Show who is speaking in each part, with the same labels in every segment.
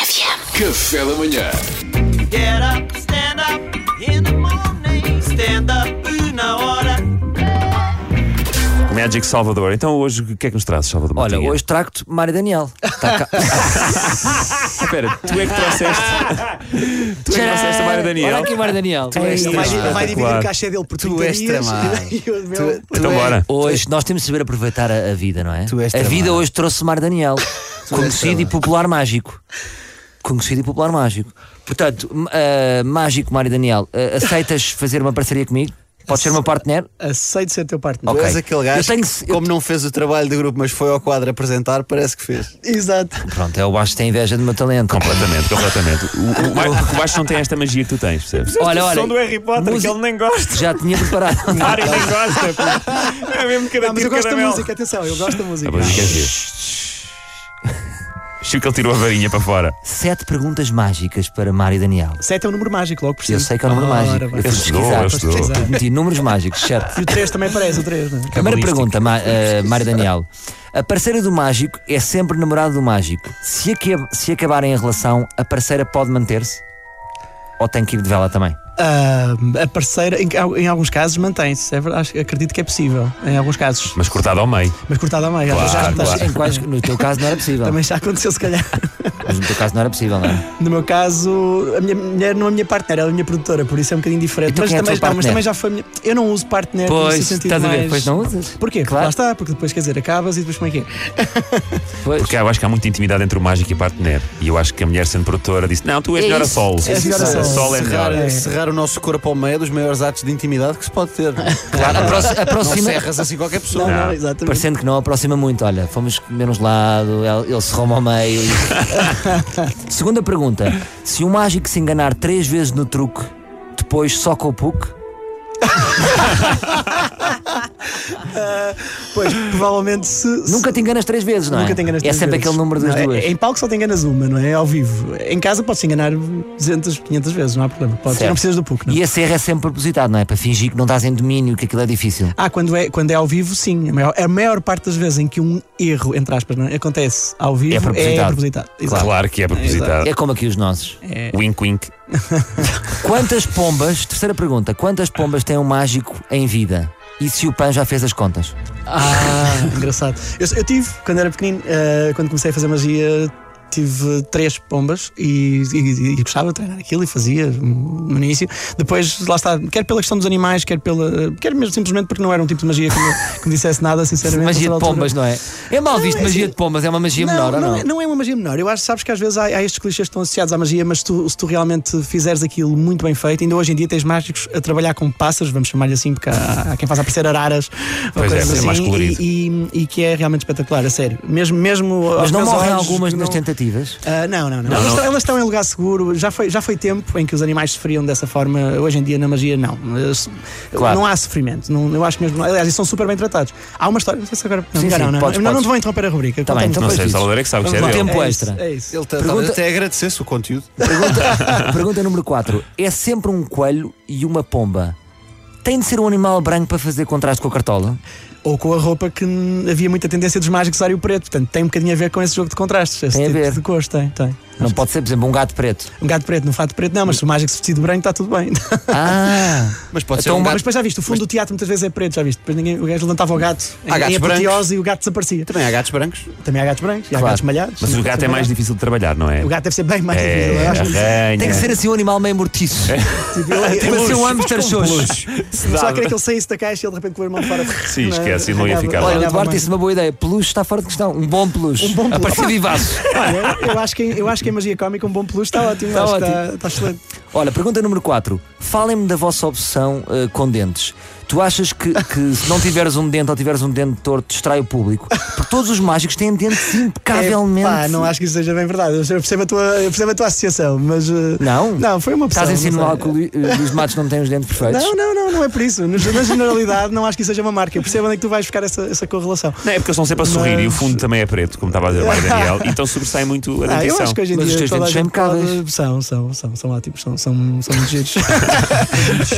Speaker 1: Café da manhã.
Speaker 2: Get up, stand up in the morning. Stand up na hora.
Speaker 3: Magic Salvador. Então hoje o que é que nos trazes, Salvador?
Speaker 4: Olha,
Speaker 3: Martinha?
Speaker 4: hoje trago-te Mário Daniel. Tá cá.
Speaker 3: Espera, tu é que trouxeste. tu é que trouxeste a Mara
Speaker 4: Olha
Speaker 3: Daniel.
Speaker 4: aqui o Mário Daniel.
Speaker 3: és
Speaker 5: Ele vai,
Speaker 3: tramado.
Speaker 5: vai dividir
Speaker 3: Claro.
Speaker 5: o caixa dele por
Speaker 4: Tu és
Speaker 5: 30 dias.
Speaker 4: tramado.
Speaker 5: e o meu-
Speaker 3: Então bora.
Speaker 4: Hoje nós temos de saber aproveitar a, a vida, não é?
Speaker 5: Tu és
Speaker 4: a vida
Speaker 5: tramado.
Speaker 4: hoje trouxe Mário Daniel, conhecido e popular mágico. Conhecido e popular mágico. Portanto, m- ah, mágico Mário Daniel, ah, aceitas fazer uma parceria comigo? Podes ser uma partner?
Speaker 5: Aceito ser teu parceiro.
Speaker 4: Ok.
Speaker 6: Tu és aquele gajo
Speaker 4: Eu tenho
Speaker 6: que,
Speaker 4: se- eu-
Speaker 6: como não fez o trabalho do grupo, mas foi ao quadro apresentar, parece que fez.
Speaker 5: Exato.
Speaker 4: Pronto, eu acho que tem inveja do meu talento.
Speaker 3: Completamente, completamente. O, o, Ma- o Baixo não tem esta magia que tu tens, percebes?
Speaker 4: Olha, olha.
Speaker 7: Então Harry Potter
Speaker 4: música-
Speaker 7: nem gosta.
Speaker 4: Já tinha preparado.
Speaker 7: Harry nem gosta. pô. É mesmo cada
Speaker 5: Não, mas
Speaker 7: tiro,
Speaker 5: eu gosto
Speaker 7: cada
Speaker 5: da
Speaker 7: mel.
Speaker 5: música, atenção, eu gosto da
Speaker 4: Ah,
Speaker 5: música.
Speaker 3: A música é giro. Chico, ele tirou a varinha para fora.
Speaker 4: Sete perguntas mágicas para Mário Daniel.
Speaker 5: Sete é um número mágico, logo por cima.
Speaker 4: Eu sei que é o número
Speaker 5: Ora,
Speaker 4: mágico.
Speaker 5: vai.
Speaker 4: Eu fui
Speaker 3: estudou,
Speaker 4: pesquisar.
Speaker 3: ele estudou.
Speaker 4: Eu meti números mágicos, certo.
Speaker 5: E o 3 também parece, o 3, não é?
Speaker 4: Primeira pergunta, Ma- eh, Mário Daniel. A parceira do mágico é sempre namorada do mágico. Se, aque- se acabarem a relação, a parceira pode manter-se? Ou tem que ir de vela também?
Speaker 5: Ah, a parceira, em, em alguns casos, mantém-se. É verdade, acho- acredito que é possível, em alguns casos.
Speaker 3: Mas cortado ao meio.
Speaker 5: Mas cortada à meia.
Speaker 3: Claro,
Speaker 5: já,
Speaker 3: claro.
Speaker 4: Em quais- no teu caso não era possível.
Speaker 5: Ah, Também já aconteceu, se calhar.
Speaker 4: Mas no teu caso não era possível, não é?
Speaker 5: No meu caso, a minha mulher não é a minha partner, ela é a minha produtora, por isso é um bocadinho diferente.
Speaker 4: Então
Speaker 5: mas,
Speaker 4: quem é a
Speaker 5: também,
Speaker 4: tua
Speaker 5: não, mas
Speaker 4: partner?
Speaker 5: também já foi. a minha- Eu não uso partner nesse
Speaker 4: Pois,
Speaker 5: sentido.
Speaker 4: estás a ver?
Speaker 5: mais-
Speaker 4: Pois não usas?
Speaker 5: Porquê?
Speaker 4: Claro.
Speaker 5: Lá está, porque depois, quer dizer, acabas e depois como é que é?
Speaker 4: Pois.
Speaker 3: Porque eu acho que há muita intimidade entre o mágico e a partner. E eu acho que a mulher, sendo produtora, disse: Não, tu és
Speaker 4: É
Speaker 3: melhor a
Speaker 4: isso.
Speaker 3: solo.
Speaker 5: É melhor a
Speaker 3: A
Speaker 5: solo.
Speaker 3: solo é melhor.
Speaker 6: Serrar, serrar o nosso corpo ao meio é dos maiores atos de intimidade que se pode ter.
Speaker 4: Claro, apro-
Speaker 6: Não
Speaker 4: aproxima.
Speaker 6: serras assim qualquer pessoa.
Speaker 5: Não,
Speaker 3: Não.
Speaker 5: não, exatamente.
Speaker 4: Parecendo que não aproxima muito, olha, fomos comer uns lado, ele, ele se roma ao meio. e- Segunda pergunta: se um mágico se enganar três vezes no truque, depois só com o PUC,
Speaker 5: Pois, provavelmente se.
Speaker 4: nunca te enganas três vezes, não é?
Speaker 5: Nunca te enganas
Speaker 4: É
Speaker 5: três
Speaker 4: sempre
Speaker 5: vezes.
Speaker 4: aquele número das
Speaker 5: Não, é-
Speaker 4: duas.
Speaker 5: em palco só te enganas uma, não é? Ao vivo. Em casa podes enganar 200, 500 vezes, não há problema. Podes,
Speaker 4: Certo.
Speaker 5: não precisas do PUC, não.
Speaker 4: E esse erro é sempre propositado, não é? Para fingir que não estás em domínio, que aquilo é difícil.
Speaker 5: Ah, quando é, quando é ao vivo, sim. A maior, a maior parte das vezes em que um erro, entre aspas, não é? acontece ao vivo
Speaker 4: É propositado.
Speaker 5: propositado. Exato. É,
Speaker 3: Claro que é propositado.
Speaker 4: É como aqui os nossos.
Speaker 3: Wink, wink.
Speaker 4: Quantas pombas, terceira pergunta, quantas pombas tem um mágico em vida? E se o PAN já fez as contas?
Speaker 5: Ah, engraçado. Eu, eu tive, quando era pequenino, eh, quando comecei a fazer magia, tive três pombas e, e- e gostava de treinar aquilo e fazia hum, no início. Depois, lá está, quer pela questão dos animais, quer pela. quer mesmo simplesmente porque não era um tipo de magia que me, que me dissesse nada, sinceramente. a
Speaker 4: Magia
Speaker 5: certa
Speaker 4: de
Speaker 5: altura.
Speaker 4: pombas, não é? É mal
Speaker 5: Não,
Speaker 4: visto
Speaker 5: é
Speaker 4: magia
Speaker 5: assim-
Speaker 4: de pombas, é uma magia
Speaker 5: não,
Speaker 4: menor ou não?
Speaker 5: é- não é uma magia menor. Eu acho, sabes que às vezes há, há estes clichês que estão associados à magia, mas tu, se tu realmente fizeres aquilo muito bem feito, ainda hoje em dia tens mágicos a trabalhar com pássaros, vamos chamar-lhe assim, porque há, há quem faça aparecer araras, ou
Speaker 3: Pois é,
Speaker 5: coisas
Speaker 3: é mais
Speaker 5: assim,
Speaker 3: colorido.
Speaker 5: e, e- e que é realmente espetacular, a sério. Mesmo, mesmo
Speaker 4: Mas
Speaker 5: aos
Speaker 4: não
Speaker 5: meus
Speaker 4: morrem
Speaker 5: olhos,
Speaker 4: algumas
Speaker 5: não-
Speaker 4: nas tentativas?
Speaker 5: Ah, não, não, não. elas, Estão, elas estão em lugar seguro. Já foi, já foi tempo em que os animais sofriam dessa forma. Hoje em dia, na magia, não. Mas,
Speaker 4: Claro.
Speaker 5: Não há sofrimento. Não, eu acho mesmo. Aliás, eles são super bem tratados. Há uma história. Não sei se agora. Não,
Speaker 4: Sim,
Speaker 5: não,
Speaker 4: sim,
Speaker 5: não,
Speaker 4: podes,
Speaker 5: não, não
Speaker 4: podes.
Speaker 5: te vou interromper a rubrica.
Speaker 4: Tá bem,
Speaker 5: Contamos
Speaker 4: então
Speaker 3: Não
Speaker 5: mais.
Speaker 3: sei,
Speaker 4: isso.
Speaker 3: Salvador é que sabe que é
Speaker 4: Vamos lá.
Speaker 3: dele.
Speaker 4: Tempo
Speaker 5: É
Speaker 4: extra.
Speaker 5: Isso, é isso.
Speaker 6: Ele tá-
Speaker 4: Pergunta-
Speaker 6: até agradecesse o conteúdo.
Speaker 4: Pergunta número 4. É sempre um coelho e uma pomba. Tem de ser um animal branco para fazer contraste com a cartola?
Speaker 5: Ou com a roupa que hum, havia muita tendência dos mágicos usarem o preto. Portanto, tem um bocadinho a ver com esse jogo de contrastes. Esse
Speaker 4: Tem a
Speaker 5: tipo
Speaker 4: ver.
Speaker 5: de cores, tem, tem.
Speaker 4: Não pode ser, por exemplo, um gato preto.
Speaker 5: Um gato preto, num fato preto, não, mas se o mágico se vestir de branco está tudo bem.
Speaker 4: Ah!
Speaker 6: Mas pode
Speaker 4: Então,
Speaker 6: ser um
Speaker 5: Mas
Speaker 6: gato.
Speaker 5: depois já viste, o fundo do teatro muitas vezes é preto, já viste? Depois ninguém, o gajo levantava o gato
Speaker 6: Há
Speaker 5: em, em
Speaker 6: gatos brancos.
Speaker 5: apoteose e o gato desaparecia.
Speaker 6: Também há gatos brancos.
Speaker 5: Também há gatos brancos e há
Speaker 4: Claro.
Speaker 5: gatos malhados.
Speaker 3: Mas o gato é mais difícil de trabalhar, não é?
Speaker 5: O gato deve ser bem mais
Speaker 3: É,
Speaker 5: difícil. eu acho.
Speaker 3: arranha.
Speaker 5: É.
Speaker 4: Tem que ser assim um animal meio mortiço.
Speaker 5: Tipo, eu- eu-
Speaker 4: Tem que ser um hamster xoxo.
Speaker 5: eu só queria que ele saísse da caixa e ele de repente com o irmão fora.
Speaker 3: Sim, esquece, ele não ia
Speaker 5: Arranhava-
Speaker 3: ficar lá.
Speaker 4: Olha,
Speaker 5: arranhava
Speaker 4: o Duarte
Speaker 5: mais.
Speaker 4: disse uma boa ideia. Peluche está fora de questão. Um bom peluche.
Speaker 5: Um bom peluche.
Speaker 4: Aparecer vivaço.
Speaker 5: Olha, eu, acho que, em- eu acho que em magia cómica um bom peluche está ótimo.
Speaker 4: Está
Speaker 5: acho que
Speaker 4: ótimo.
Speaker 5: Está, está excelente.
Speaker 4: Olha, pergunta número 4. Falem-me da vossa obsessão eh, com dentes. Tu achas que, que se não tiveres um dente ou tiveres um dente torto, distrai o público? Porque todos os mágicos têm dentes impecavelmente.
Speaker 5: Epá, É, não acho que isso seja bem verdade. Eu percebo a tua, eu percebo a tua associação, mas. eh,
Speaker 4: Não?
Speaker 5: Não, foi uma opção.
Speaker 4: Estás a
Speaker 5: não sei.
Speaker 4: insinuar que o Lu- eh, Luís Matos não tem os dentes perfeitos?
Speaker 5: Não, não, não, não é por isso. Na na generalidade, não acho que isso seja uma marca. Eu percebo onde é que tu vais buscar essa, essa correlação.
Speaker 3: Não, é porque eles estão sempre a sorrir e o fundo também é preto, como estava a dizer o Mário Daniel, então sobressai muito a
Speaker 5: Ah, eu
Speaker 3: dentição.
Speaker 5: acho que hoje em
Speaker 4: Mas os
Speaker 5: dia
Speaker 4: teus
Speaker 5: toda a
Speaker 4: dentes são
Speaker 5: gente
Speaker 4: impecáveis.
Speaker 5: pode- são, são, são, são ótimos, são, são, são muito giros.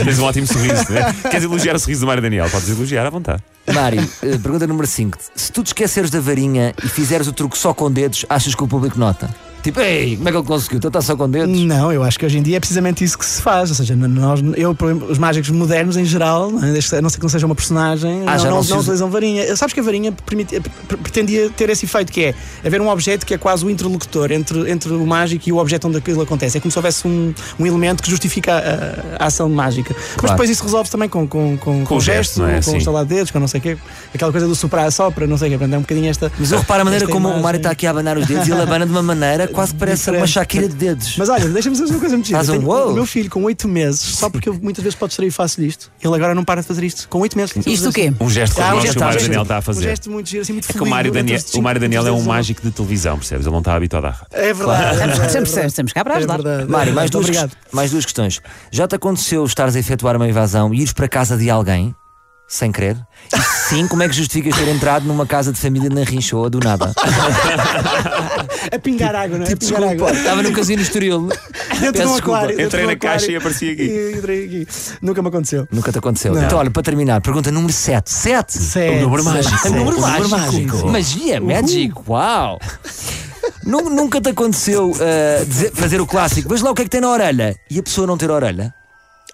Speaker 3: Tens um ótimo sorriso, né? Queres elogiar o sorriso do Mário Daniel? Podes elogiar à vontade.
Speaker 4: Mário, eh, pergunta número 5. Se tu te esqueceres da varinha e fizeres o truque só com dedos, achas que o público nota? Tipo, ei, como é que ele conseguiu? Tentar só com dedos?
Speaker 5: Não, eu acho que hoje em dia é precisamente isso que se faz. Ou seja, n- nós, eu, por exemplo, os mágicos modernos em geral, não é? Desde- a não ser que não seja uma personagem,
Speaker 4: Ah,
Speaker 5: não,
Speaker 4: já
Speaker 5: não,
Speaker 4: não se
Speaker 5: não
Speaker 4: usa-
Speaker 5: utilizam varinha. Eh, Sabes que a varinha permite- eh, pre- pretendia ter esse efeito, que é haver um objeto que é quase o interlocutor entre, entre o mágico e o objeto onde aquilo acontece. É como se houvesse um, um elemento que justifica a, a- a ação mágica. Mas
Speaker 4: Claro.
Speaker 5: depois isso resolve também com, com, com,
Speaker 3: o gesto, não é?
Speaker 5: com
Speaker 3: Sim.
Speaker 5: o estalar de dedos, com não sei o quê. Aquela coisa do soprar a sopra, não sei o quê. Portanto, é um bocadinho esta.
Speaker 4: Mas eu reparo a maneira
Speaker 5: esta
Speaker 4: como o
Speaker 5: imagem.
Speaker 4: Mário está aqui a abanar os dedos e ele abana de uma maneira quase que parece uma
Speaker 5: Diferente.
Speaker 4: Shakira de dedos.
Speaker 5: Mas olha, deixa-me dizer uma coisa muito gira.
Speaker 4: Faz um
Speaker 5: Eu tenho
Speaker 4: wow.
Speaker 5: O meu filho com 8 meses, só porque eu muitas vezes pode distrair fácil disto, ele agora não para de fazer isto. Com 8 meses.
Speaker 1: Isto o quê?
Speaker 3: Um gesto que
Speaker 5: Ah, um
Speaker 3: nós,
Speaker 5: gesto,
Speaker 3: o
Speaker 5: um
Speaker 3: Mário
Speaker 5: gesto.
Speaker 3: Daniel está a
Speaker 5: Um
Speaker 3: fazer.
Speaker 5: gesto muito giro, assim, muito
Speaker 3: É que o
Speaker 5: fluido,
Speaker 3: Mário,
Speaker 5: entre
Speaker 3: Daniel,
Speaker 5: os
Speaker 3: o
Speaker 5: cinco
Speaker 3: Mário
Speaker 5: minutos,
Speaker 3: Daniel é um
Speaker 5: dez, onze.
Speaker 3: mágico de televisão, percebes? Ele não está habituado à rádio.
Speaker 5: É verdade. é verdade,
Speaker 1: Sempre- Estamos cá para
Speaker 5: É
Speaker 1: ajudar.
Speaker 5: verdade.
Speaker 4: Mário, mais
Speaker 5: Muito
Speaker 4: duas,
Speaker 5: Obrigado.
Speaker 4: mais duas questões. Já te aconteceu estares a efetuar uma invasão e ires para a casa de alguém, sem querer? E se sim, como é que justificas ter entrado numa casa de família na Rinchoa do nada?
Speaker 5: A pingar água, não é? a pingar
Speaker 4: Desculpa,
Speaker 5: água.
Speaker 4: estava no casino Estoril.
Speaker 5: Dentro de um
Speaker 4: Peço desculpa.
Speaker 5: aquário. dentro
Speaker 3: Entrei
Speaker 5: de um
Speaker 3: na caixa
Speaker 5: aquário
Speaker 3: e apareci aqui.
Speaker 5: e entrei aqui. Nunca me aconteceu.
Speaker 4: Nunca te aconteceu.
Speaker 5: Não.
Speaker 4: Então, olha, para terminar, pergunta número 7. 7?
Speaker 5: Sete,
Speaker 3: O número
Speaker 5: sete,
Speaker 3: mágico.
Speaker 5: sete.
Speaker 4: O número
Speaker 5: O número
Speaker 4: mágico.
Speaker 5: mágico.
Speaker 4: Magia, magic, uau! Nu- Nunca te aconteceu ah, dizer- fazer o clássico, mas lá o que é que tem na orelha? E a pessoa não ter orelha?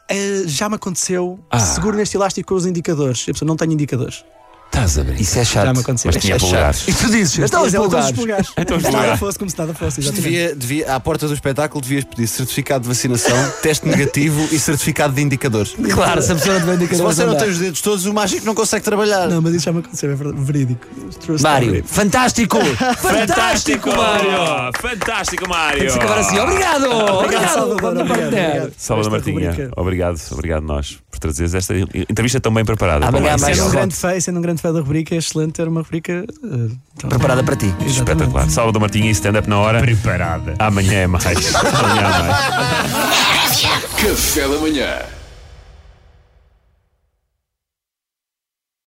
Speaker 5: Eh, já me aconteceu,
Speaker 3: Ah.
Speaker 5: seguro neste elástico com os indicadores. A pessoa não tem indicadores.
Speaker 3: Estás a brincar.
Speaker 4: Isso é
Speaker 5: Já
Speaker 4: chato.
Speaker 5: me aconteceu.
Speaker 3: Mas tinha
Speaker 5: É chato.
Speaker 3: polegares.
Speaker 4: E tu
Speaker 5: Mas
Speaker 4: dizes, estão os
Speaker 5: tinha- ela- todos
Speaker 4: pulgares.
Speaker 5: os
Speaker 3: Então,
Speaker 5: pulgares.
Speaker 3: os
Speaker 5: Se nada
Speaker 3: pulgares.
Speaker 5: fosse, como se nada fosse.
Speaker 6: Isto
Speaker 5: exatamente.
Speaker 6: Devia, devia, à porta do espetáculo devias pedir certificado de vacinação, teste negativo e certificado de indicadores.
Speaker 4: Claro, se a pessoa não tiver
Speaker 6: Se
Speaker 4: indicadores.
Speaker 6: você
Speaker 4: não
Speaker 6: não
Speaker 4: dá.
Speaker 6: tem os dedos todos, o mágico não consegue trabalhar.
Speaker 5: Não, mas isso já me aconteceu, é verdade. Verídico. True story.
Speaker 4: Mário, fantástico! Fantástico, Mário!
Speaker 3: Fantástico, Mário!
Speaker 4: Tem que se acabar assim. Obrigado! Obrigado!
Speaker 5: Salvador,
Speaker 4: Vamos
Speaker 5: obrigado,
Speaker 4: aprender.
Speaker 5: obrigado.
Speaker 3: Salvador
Speaker 5: Esta
Speaker 3: Martinha,
Speaker 5: rubrica.
Speaker 3: obrigado, obrigado nós por trazeres esta entrevista tão bem preparada.
Speaker 4: Amanhã
Speaker 3: Paulo
Speaker 4: há
Speaker 3: Marcelo.
Speaker 4: mais
Speaker 5: Sendo um,
Speaker 4: Obrigado.
Speaker 5: grande fã, sendo um grande fã da rubrica, é excelente ter uma rubrica eh, tão-
Speaker 4: Preparada para ti.
Speaker 3: é Espetacular. Salvador Martinha e stand-up na hora. Preparada. Amanhã é mais. Amanhã é mais.
Speaker 8: Café da manhã.